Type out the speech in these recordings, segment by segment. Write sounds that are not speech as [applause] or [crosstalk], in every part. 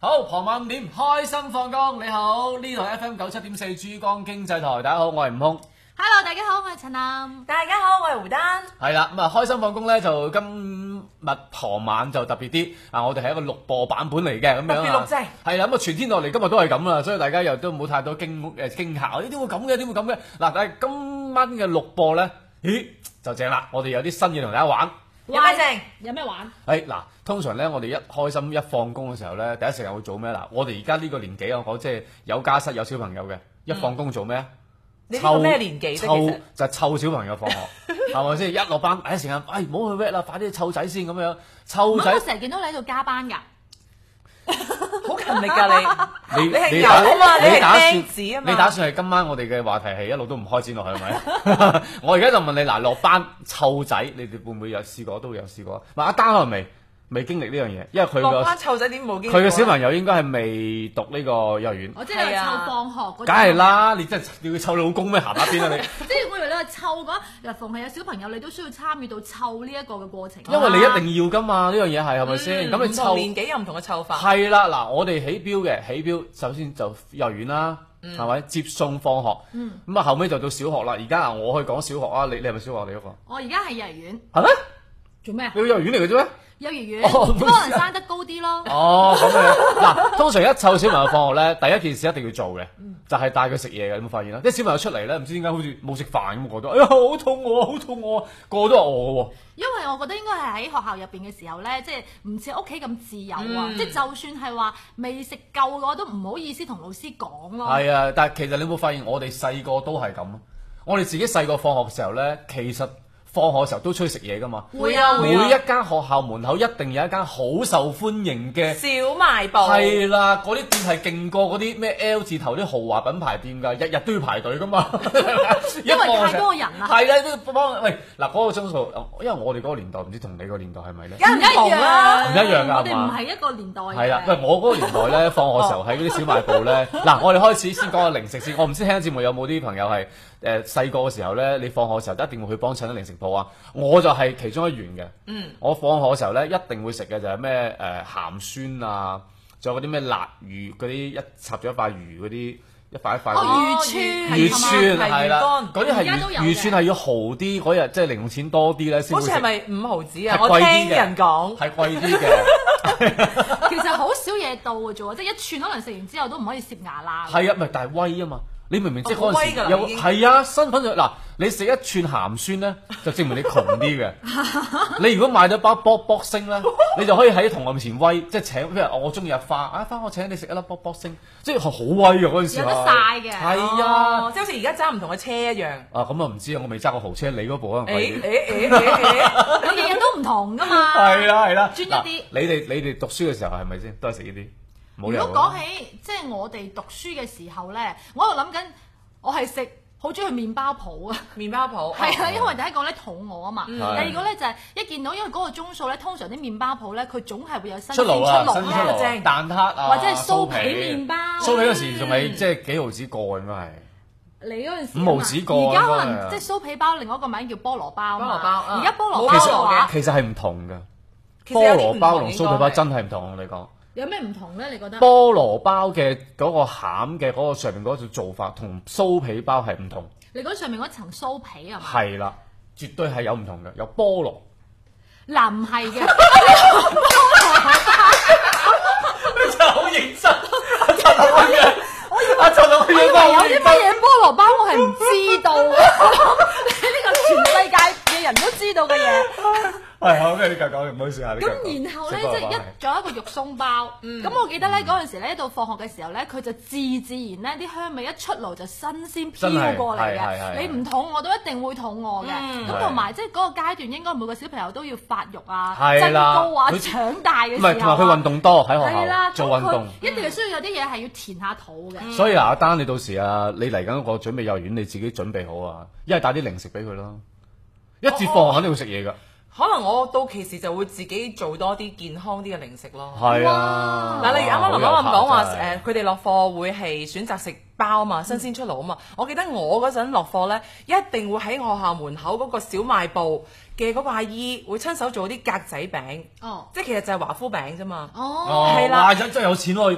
好，傍晚五點開心放工，你好，呢度 F M 九七點四珠江經濟台，大家好，我係悟空。 Hello，大家好，我係陳林。大家好，我係胡丹。係啦，咁啊開心放工咧就今日傍晚就特別啲啊！我哋係一個錄播版本嚟嘅咁樣特別啊錄製係啦，咁啊全天落嚟今日都係咁啦，所以大家又都唔好太多驚誒驚嚇，咦點會咁嘅？點會咁嘅？嗱，但係今晚嘅錄播咧，咦就正啦！我哋有啲新嘢同大家玩。有咩正？有咩玩？誒哎嗱，通常咧，我哋一開心一放工嘅時候咧，第一時間會做咩？嗱，我哋而家呢個年紀啊，我講即係有家室有小朋友嘅，一放工做咩啊？嗯你呢個咩年紀啫？其湊實就係湊小朋友放 [laughs] 學，係咪先？一落班第一時間，哎唔好去 wet 啦，快啲湊仔先咁樣。湊唔係我仔，成日見到你喺度加班㗎。好勤 [laughs] 力㗎你你係打有啊嘛你係你打算釘子啊嘛你打算係今晚我哋嘅話題係一路都唔開展落去係咪？ [laughs] 我而家就問你嗱，落班湊仔，你哋會唔會有試過？都會有試過。嗱，阿丹可能未未經歷呢樣嘢，因為佢你落個班湊仔點冇經驗啊佢嘅小朋友應該係未讀呢個幼兒園，我即係你係係啊湊放學嗰種梗係。啦！你真係你要湊老公咩？行下 [laughs] 邊啊你！即係我以為你係湊嗰嗱，逢係有小朋友，你都需要參與到湊呢一個嘅過程。因為你一定要噶嘛，呢樣嘢係係咪先？咁嗯唔你同年湊紀有唔同嘅湊法。係啦，嗱，我哋起標嘅起標，首先就幼兒園啦，係咪接送放學？咁啊後尾就到小學啦。而家啊，我去講小學啊，你你係咪小學？你嗰個我哦而家係幼兒園，係咩？做咩啊你？個幼兒園嚟嘅啫咩？幼兒哦唔園好意思啊可能生得高啲咯。哦，咁樣嗯嗱，通常一湊小朋友放學咧，第一件事一定要做嘅，就係帶佢食嘢嘅。你有冇發現啊？啲小朋友出嚟咧，唔知點解好似冇食飯咁，個個都哎呀好肚餓啊，好肚餓啊，個個都係餓嘅喎。因為我覺得應該係喺學校入邊嘅時候咧，即係唔似屋企咁自由啊！嗯即係就算係話未食夠嘅，我都唔好意思同老師講咯。係啊，但係其實你有冇發現我哋細個都係咁？啊我哋自己細個放學嘅時候咧，其實放學嘅時候都出去食嘢噶嘛。會啊每會會啊一間學校門口一定有一間好受歡迎嘅。啊小賣部係啦，嗰啲店係勁過嗰啲咩 L 字頭啲豪華品牌店㗎，日日都要排隊㗎嘛。 [laughs] 因為一放學太多人啊啦係啦，都幫喂嗱嗰個鐘數，因為我哋嗰個年代唔知同你個年代係咪咧？梗係唔同啊啦唔一樣啊㗎啊我哋係唔嘛係一個年代哦嘅。係啦，喂，我嗰個年代咧，放學時候喺嗰啲小賣部 [laughs] 咧，嗱，我哋開始先講下零食先。我唔知聽緊節目有冇啲朋友係誒細個嘅時候咧，你放學嘅時候一定會去幫襯啲零食鋪啊。我就係其中一員嘅。嗯，我放學嘅時候咧，一定會食嘅就係咩誒鹹酸啊，仲有嗰啲咩辣魚嗰啲一插咗一塊魚嗰啲一塊一塊嗰啲。哦魚串魚係串嘛係啦，係魚乾嗰啲係而家都有魚嘅魚串係要豪啲，嗰日即係零用錢多啲咧先好會似食。係咪五毫子啊係？我貴啲嘅聽人講，係貴啲嘅， [laughs] 其實好少嘢到嘅啫喎，即係一串可能食完之後都唔可以攝牙罅。係啊，唔係但係威啊嘛！你明明即係嗰哦陣好威㗎時啦有已經係啊，身份就嗱，你食一串鹹酸咧，就證明你窮啲嘅。 [laughs] 你如果買咗包卜卜星 [laughs] 咧，你就可以喺同學面前威，即係請譬如我中意阿花，啊花我請你食一粒卜卜星，即係好威啊嘅嗰陣時係。有得曬嘅係啊。哦即係好似而家揸唔同嘅車一樣。啊，咁啊唔知啊，我未揸過豪車，你嗰部可能啊誒哦貴啲。誒誒誒你日日都唔同噶嘛。係啊啦係啦，啊專一嗱啲你哋你哋讀書嘅時候係咪先都係食呢啲？冇理如由果講起即係我哋讀書嘅時候咧，我喺度諗緊，我係食好中意去麵包鋪啊。誒，麵包 [laughs] 鋪哦哦係啊，因為第一個咧肚餓啊嘛，第嗯二個咧就係一見到因為嗰個鐘數咧，通常啲麵包鋪咧佢總係會有新出鮮爐啊，新出出爐啊爐正蛋撻啊，或者係酥皮麵包酥皮嗰時仲嗯係即係幾毫子個咁樣係。你嗰陣時五毫子個啊而家可應該係能即係酥皮包，另外一個名叫菠蘿包啊嘛菠蘿包啊而家菠蘿包其嘅實話其實係唔同嘅，其實菠有啲唔同蘿包同應酥皮包該係真係唔同。我同你講，有咩唔同咧？你覺得？菠蘿包嘅嗰個餡嘅嗰個上面嗰種做法同酥皮包係唔同，你嗰上面嗰層酥皮啊嘛？係啦，絕對係有唔同嘅，有菠蘿。嗱唔係嘅，真係好認真，阿陳老嘅，阿陳老嘅因為有啲乜嘢菠蘿包我係唔知道嘅，呢個全世界嘅人都知道嘅嘢。係好哎咩？你繼續講，唔好意思啊。你繼續講咁然後咧，食菠蘿包即係一仲有一個肉鬆包。咁我記得咧嗰陣時咧，到放學嘅時候咧，佢就自自然咧啲香味一出爐就新鮮真係飄過嚟係係係嘅。你唔肚餓都一定會肚餓嘅。嗯咁同埋即係嗰個階段，應該每個小朋友都要發育啊、係增啦高啊、佢長大嘅唔係時同埋候佢運啊。動多喺學係啦，校做運咁佢動。一定係需要有啲嘢係要填下肚嘅。所以嗱，阿丹，你到時啊，你嚟緊個準備幼兒園，你自己準備好啊，一係帶啲零食俾佢咯。一節課肯定會食嘢噶，可能我到期時就會自己做多啲健康啲嘅零食咯。係啊。嗱，例如啱啱林媽媽講話好有啊誒，佢哋落課會係選擇食包嗯嘛，新鮮出爐啊嘛。我記得我嗰陣落課呢，一定會喺學校門口嗰個小賣部嘅嗰個阿姨會親手做啲格仔餅，哦，即係其實就係華夫餅啫嘛。哦，哦，係啦哇！真真係有錢咯，喂，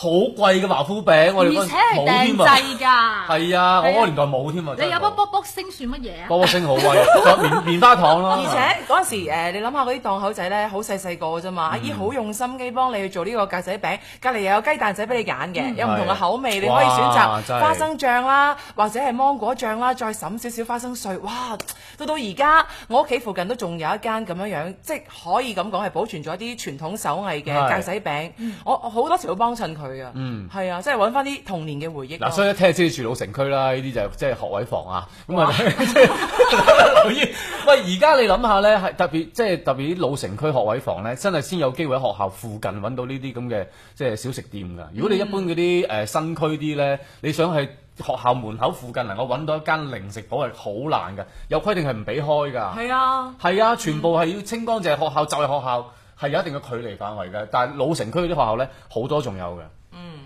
好貴嘅華夫餅，我而哋且嗰陣係冇訂添啊，製 [laughs] 㗎。係啊，我嗰係個啊年代冇添啊，你有波乜卜卜星算乜嘢啊？波波星好 [laughs] 威，仲有棉棉花糖咯，而且嗰陣時誒，你諗下嗰啲檔口仔咧，好細細個嘅啫嗯嘛，阿姨好用心機幫你去做呢個格仔餅，隔離又有雞蛋仔俾你揀嘅，有唔同嘅口味，你可以選嗯哇真係擇花生醬啦，或者係芒果醬啦，再揼少少花生碎，哇！到到而家我屋企附近都仲有一間咁樣樣，即係可以咁講係保存咗啲傳統手係藝嗯嘅格仔餅，我我好多時會幫襯佢啊，係啊，即係揾翻啲童年嘅回憶啊咯。嗱，所以一聽就知你住老城區啦，呢啲就即係學位房啊。咁啊， [laughs] 即係留意。喂，而家你諗下咧，係特別即係特別啲老城區學位房咧，真係先有機會喺學校附近揾到呢啲咁嘅即係小食店㗎。如果你一般嗰啲誒嗯新區啲咧，你想去學校門口附近能夠揾到一間零食鋪係好難㗎，有規定係唔俾開㗎。係啊。係啊，全部係要清乾淨，學校就係學校，係有一定嘅距離範圍嘅。但係老城區嗰啲學校咧，好多仲有嘅。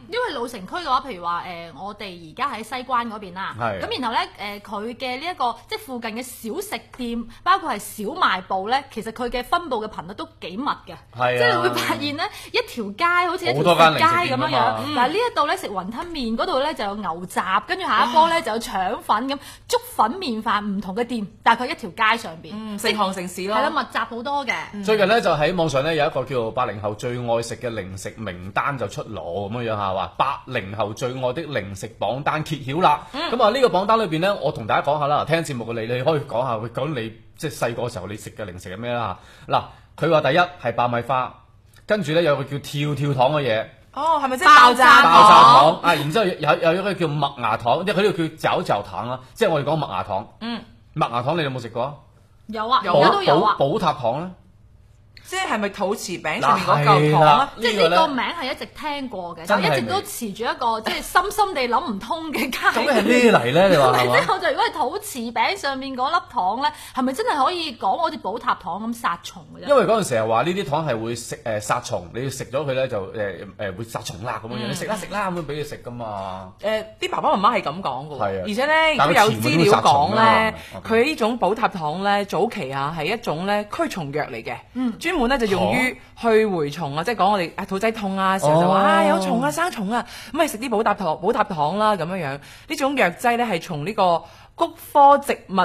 因為老城區嘅話，譬如話誒、呃我哋而家喺西關嗰邊啦，係咁然後咧誒，佢嘅呢一個即係附近嘅小食店，包括係小賣部咧，其實佢嘅分布嘅頻率都幾密嘅，係啊即係你會發現咧一條街好似一好條多間零食街食店㗎咁樣樣嘛。嗱呢一度咧食雲吞麵，嗰度咧就有牛雜，跟住下一波咧就有腸粉咁，粥粉麵飯唔同嘅店，大概一條街上邊，嗯，成行成市係咯，啦密集好多嘅。最近咧就喺網上咧有一個叫做八零後最愛食嘅零食名單就出爐咁樣樣嚇話，八零後最愛的零食榜單揭曉啦。咁啊呢個榜單裏邊咧，我同大家講下啦，聽節目嘅你，你可以講下喂，咁你即係細個時候你食嘅零食係咩啦嗱，佢話第一係爆米花，跟住咧有個叫跳跳糖嘅嘢。哦，係咪即係爆爆炸爆炸炸糖糖啊，然之後有有一個叫麥芽糖，即係佢呢個叫爪爪糖啦，即係我哋講麥芽糖。嗯，麥芽糖你有冇食過啊？有啊，有而家都有啊，寶寶塔糖咧。即係咪土瓷餅上面嗰嚿糖啊？即係呢個名係一直聽過嘅，真係就一直都持住一個即係深深地諗唔通嘅 [laughs] 究階竟係段。咩嚟咧？你話係 [laughs] 即嘛？係我就如果係土瓷餅上面嗰粒糖咧，係咪真係可以講好似寶塔糖咁殺蟲嘅因啫？為嗰陣時係話呢啲糖係會食誒殺蟲，你要食咗佢咧就呃誒誒會殺蟲啦咁樣嗯樣，你食啦食啦咁樣俾你食噶嘛。誒啲爸爸媽媽係咁講嘅喎，係啊而且咧但都係有佢前面資料講都殺蟲㗎咧嘛，佢呢種寶塔糖咧早期啊係一種咧驅蟲藥嚟嘅，嗯專門咧就用於去蛔蟲啊，即係講我哋啊肚仔痛啊時候就話哦啊有蟲啊生蟲啊，咁咪食啲寶塔糖寶塔糖啦咁樣樣。呢種藥劑咧係從呢個菊科植物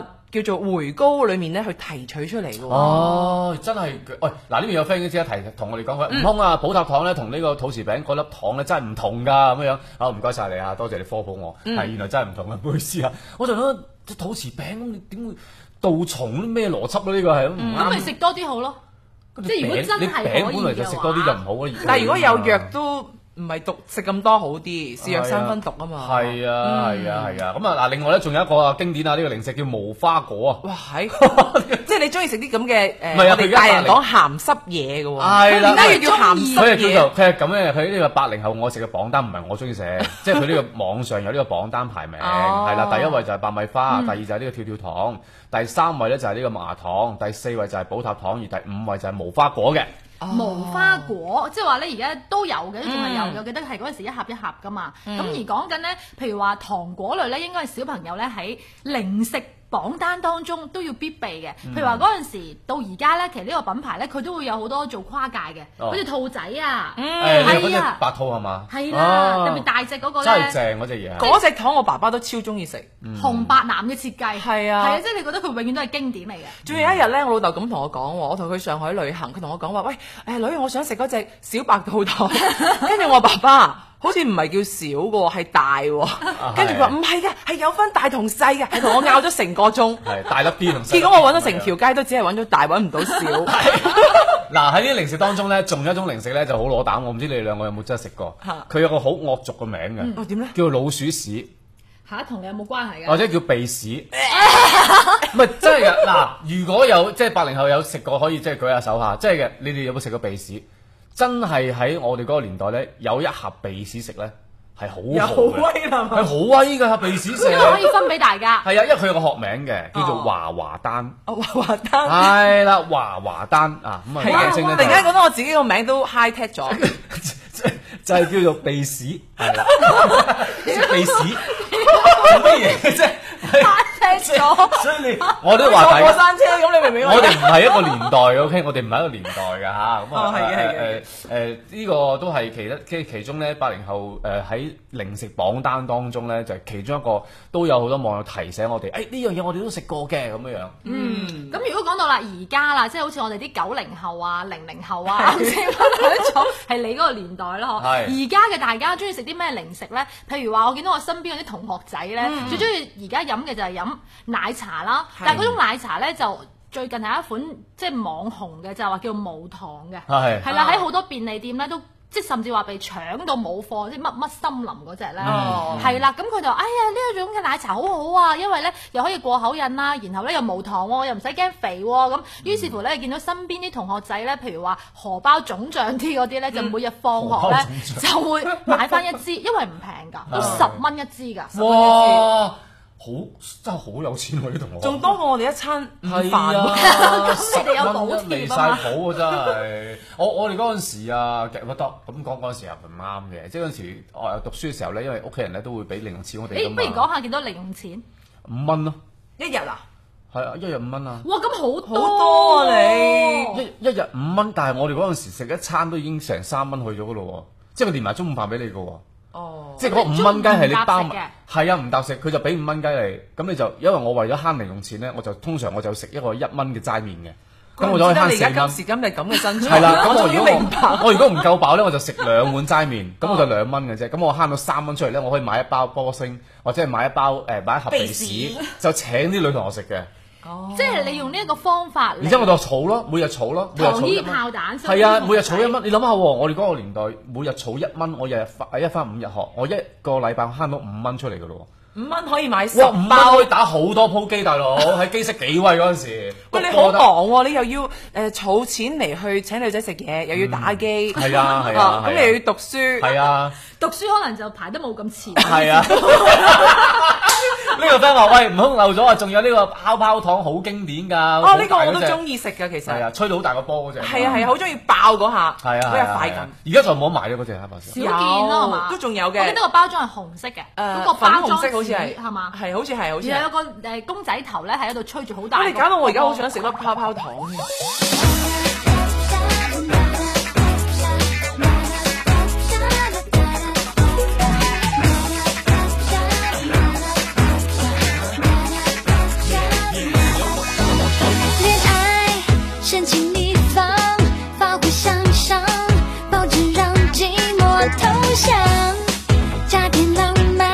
叫做回膏裡面咧去提取出嚟嘅喎。哦，真係喂嗱呢邊有 friend 已經即刻提同我哋講嗯佢，悟空啊，寶塔糖咧同呢個土瓷餅嗰粒糖咧真係唔同㗎咁樣。啊唔該晒你啊，多謝你科普我，嗯係原來真係唔同啊，唔好意思啊。我就諗土瓷餅咁你點會杜蟲咩邏輯咯？呢個係唔嗯咁咪啱。食多啲好咯。即係如果你真係可以餅本來就嘅食多啲話就唔好啦。但係如果有藥都唔係毒，食咁多好啲，是藥三分毒啊嘛。嗯係啊，係啊，係啊。咁啊，嗱，另外咧，仲有一個啊經典啊，呢個零食叫無花果啊。[laughs] 哇，係，即係你中意食啲咁嘅誒，唔係啊我佢而哋家大人講鹹濕嘢嘅喎，係啦點解要叫佢鹹係濕叫嘢？做佢係咁嘅，佢呢個八零後我食嘅榜單唔係我中意 [laughs] 食，即係佢呢個網上有呢個榜單排名，哦嗯係啦，第一位就係爆米花，第二就係呢個跳跳糖，第三位咧就係呢個麥芽糖，第四位就係寶塔糖，而第五位就係無花果嘅。無花果，即係話咧，而家都有嘅，都仲係有嘅。我記得係嗰陣時一盒一盒噶嘛。咁、而講緊咧，譬如話糖果類咧，應該係小朋友咧喺零食榜單當中都要必備嘅。譬如話嗰陣時到而家咧，其實呢個品牌咧，佢都會有好多做跨界嘅，哦好似兔仔啊，嗯誒，你嗰係只啊白兔係嘛？係啦、哦特別大隻嗰個真係咧，正嗰只嘢係。嗰隻糖我爸爸都超中意食，紅白藍嘅設計，嗯係啊係啊，即係你覺得佢永遠都係經典嚟嘅。仲有一日咧，我老豆咁同我講喎，我同佢上海旅行，佢同我講話，喂，誒女，我想食嗰隻小白兔 [laughs] 糖，跟住我爸爸。好似唔係叫小嘅喎，係大喎。啊跟住佢話唔係嘅，係有分大同細嘅，係同我拗咗成個 [laughs] 鐘。係啊大粒啲同細粒結啲果我揾咗成條街都只係揾咗大，揾唔到小。嗱喺呢啲零食當中咧，仲有一種零食咧就好攞膽，我唔知你兩個有冇真係食過嚇。佢有個好惡俗嘅名嘅，哦點咧？叫做老鼠屎。嚇，同你有冇關係嗯啊或㗎？者叫鼻屎， [laughs] 唔係真係嘅嗱。如果有即係八零後有食過，可以即係舉下手下，即係嘅。你哋有冇食過鼻屎？真係喺我哋嗰個年代咧，有一盒鼻屎食咧，係又好啊好好嘅，威啦係係嘛，好威㗎鼻屎蛇。呢個可係以分俾大 [laughs] 家。啊，因為佢有個學名嘅，叫哦做華華丹。我哦話話單。係啦，華華丹啊，咁啊係簡啊！稱咧突然就間覺得我自己個名都 high tech 咗， [laughs] 就係叫做鼻屎，係啦，鼻屎冇乜嘢啫。聽咗，所以你我都話大坐過家，山車咁，你明唔啊明？我哋唔係一個年代，OK，我哋唔係一個年代㗎吓，咁哦啊係嘅誒係誒誒呢個都係其一即係其中咧，八零後誒喺零食榜單當中咧，就係其中一個都有好多網友提醒我哋，誒呢樣嘢我哋都食過嘅咁樣樣。嗯，咁如果講到啦而家啦，即係好似我哋啲九零後啊、零零後啊，啱先嗰兩種係你嗰個年代咯，係嗬。而家嘅大家中意食啲咩零食咧？譬如話，我見到我身邊嗰啲同學仔咧，最中意而家飲嘅就係飲奶茶啦。係但係嗰種奶茶咧就最近係一款即係網紅嘅，就係話叫無糖嘅。係係啦，啊喺好多便利店咧都。即係甚至話被搶到冇貨，即係乜乜森林嗰只咧，哦係啦、咁佢就話哎呀呢一種嘅奶茶好好啊，因為咧又可以過口癮啦，然後咧又無糖喎、又唔使驚肥喎、咁於是乎咧見到身邊啲同學仔咧，譬如話荷包腫脹啲嗰啲嗯咧，就每日放學咧、就會買翻一支，因為唔 [laughs] 平啊㗎，都係十蚊一支㗎。哇，好真係好有錢喎啲同學，仲多過我哋一餐午係飯 [laughs] 喎。啊，咁你哋有補貼啊嘛離晒譜啊！真係， [laughs] 我我哋嗰陣時啊，其實不得咁講嗰陣時又唔啱嘅，即係嗰陣時我讀書嘅時候咧，因為屋企人咧都會俾零用錢我哋你啊㗎不如嘛，講下幾多零用錢？五蚊咯，一日啊，係啊，一日五蚊啊。哇，咁好好多啊喎你一一日五蚊，但係我哋嗰陣時食一餐都已經成三蚊去咗噶咯喎，即係佢連埋中午飯俾你噶喎，哦，即係嗰五蚊雞係你包中午唔搭埋，係啊唔搭食，佢就俾五蚊雞你，咁你就因為我為咗慳零用錢咧，我就通常我就食一個一蚊嘅齋面嘅，咁我就可以慳你而四家蚊今。時今日咁嘅身 [laughs] 材，係啦，咁我終如於果明白。 [laughs] 我我如果唔夠飽咧，我就食兩碗齋面，咁我就兩蚊嘅啫。咁我慳到三蚊出嚟咧，我可以買一包波星，或者係買一包誒、買一盒鼻鼻屎屎，就請啲女同學食嘅。哦，即係你用呢一個方法嚟，然之後我就儲咯，每日儲咯，每日糖儲一衣蚊。炮彈。係啊，每日儲儲一。蚊。你諗下喎，我哋嗰個年代每日儲一蚊，我日日啊翻一翻五日學，我一個禮拜慳到五蚊出嚟嘅咯五蚊可以買十喎。哇，五蚊包可以。打好多鋪機，大佬喺機室幾位嗰陣時。喂，你個好個都忙喎，你又要誒儲錢嚟去請女仔食嘢，又要打機，係 [laughs] 啊係啊係啊咁你又要讀書，係啊。讀書可能就排得冇 [laughs] 咁前。係啊，呢個 friend 話：喂，唔空漏咗啊！仲有呢個泡泡糖好經典㗎。哦，呢個我都中意。意食㗎，其實啊係啊，吹到好大個波嗰只。係啊係啊，好中意爆嗰下，係啊，嗰係日啊快係啊感。而家就冇得賣咗嗰只係咪先？少見咯，係嘛？都仲有我記嘅得，個包裝係紅色嘅，嗰個呃粉包裝紅色好似係紙係嘛？係好似係好似然後有係。個誒公仔頭咧，喺度吹住好大啊！個。你搞到我而家好想食粒泡泡糖嘅。恋爱，深情你放，发挥想象，保证让寂寞投降。加点浪漫，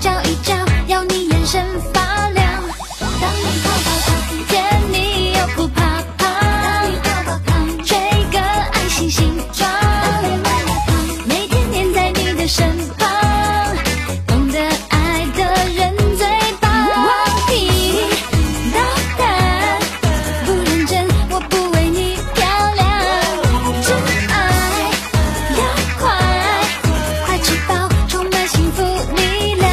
照一照，要你眼神发亮。当你泡泡糖，甜蜜又不怕胖。当你泡泡糖，追个爱心形状。当你慢慢糖，每天黏在你的身旁。懂得爱的人最棒。你捣蛋，不认真，我不为你漂亮。真爱要快，快吃饱，充满幸福力量。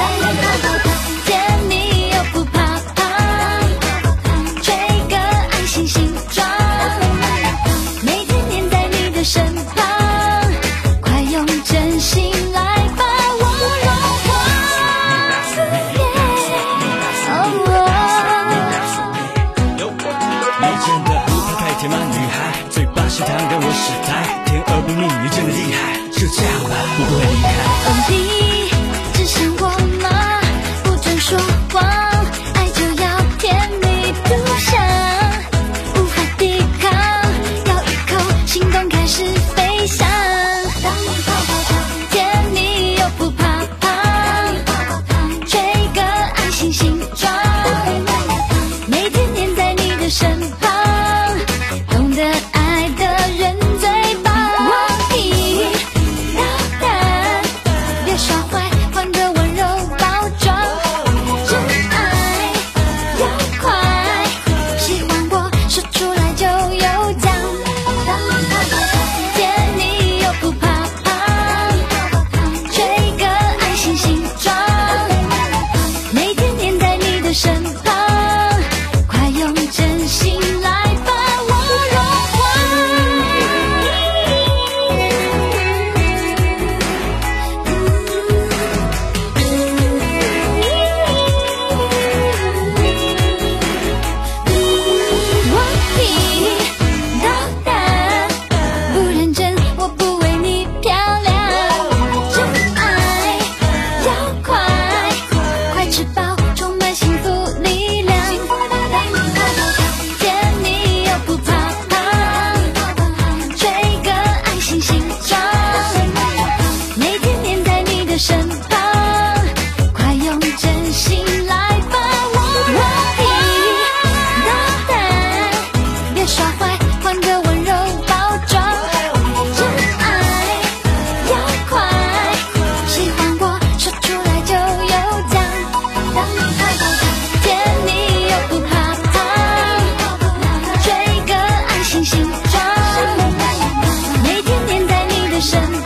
来来来，泡泡糖，甜蜜又不怕胖，追个爱心形状。每天黏在你的身旁，快用真心来把我融化。思哦念。你真的不怕太甜吗，女孩？嘴巴是糖，但我是台，甜而不腻，你真的厉害。就这样吧，不会离开。你只想我吗？不准说谎，爱就要甜蜜独享，无法抵抗，咬一口，心动开始飞翔。当你泡泡糖，甜蜜又不怕胖，追个爱心形状，每天黏在你的身旁，懂得爱的人最棒。你捣蛋。身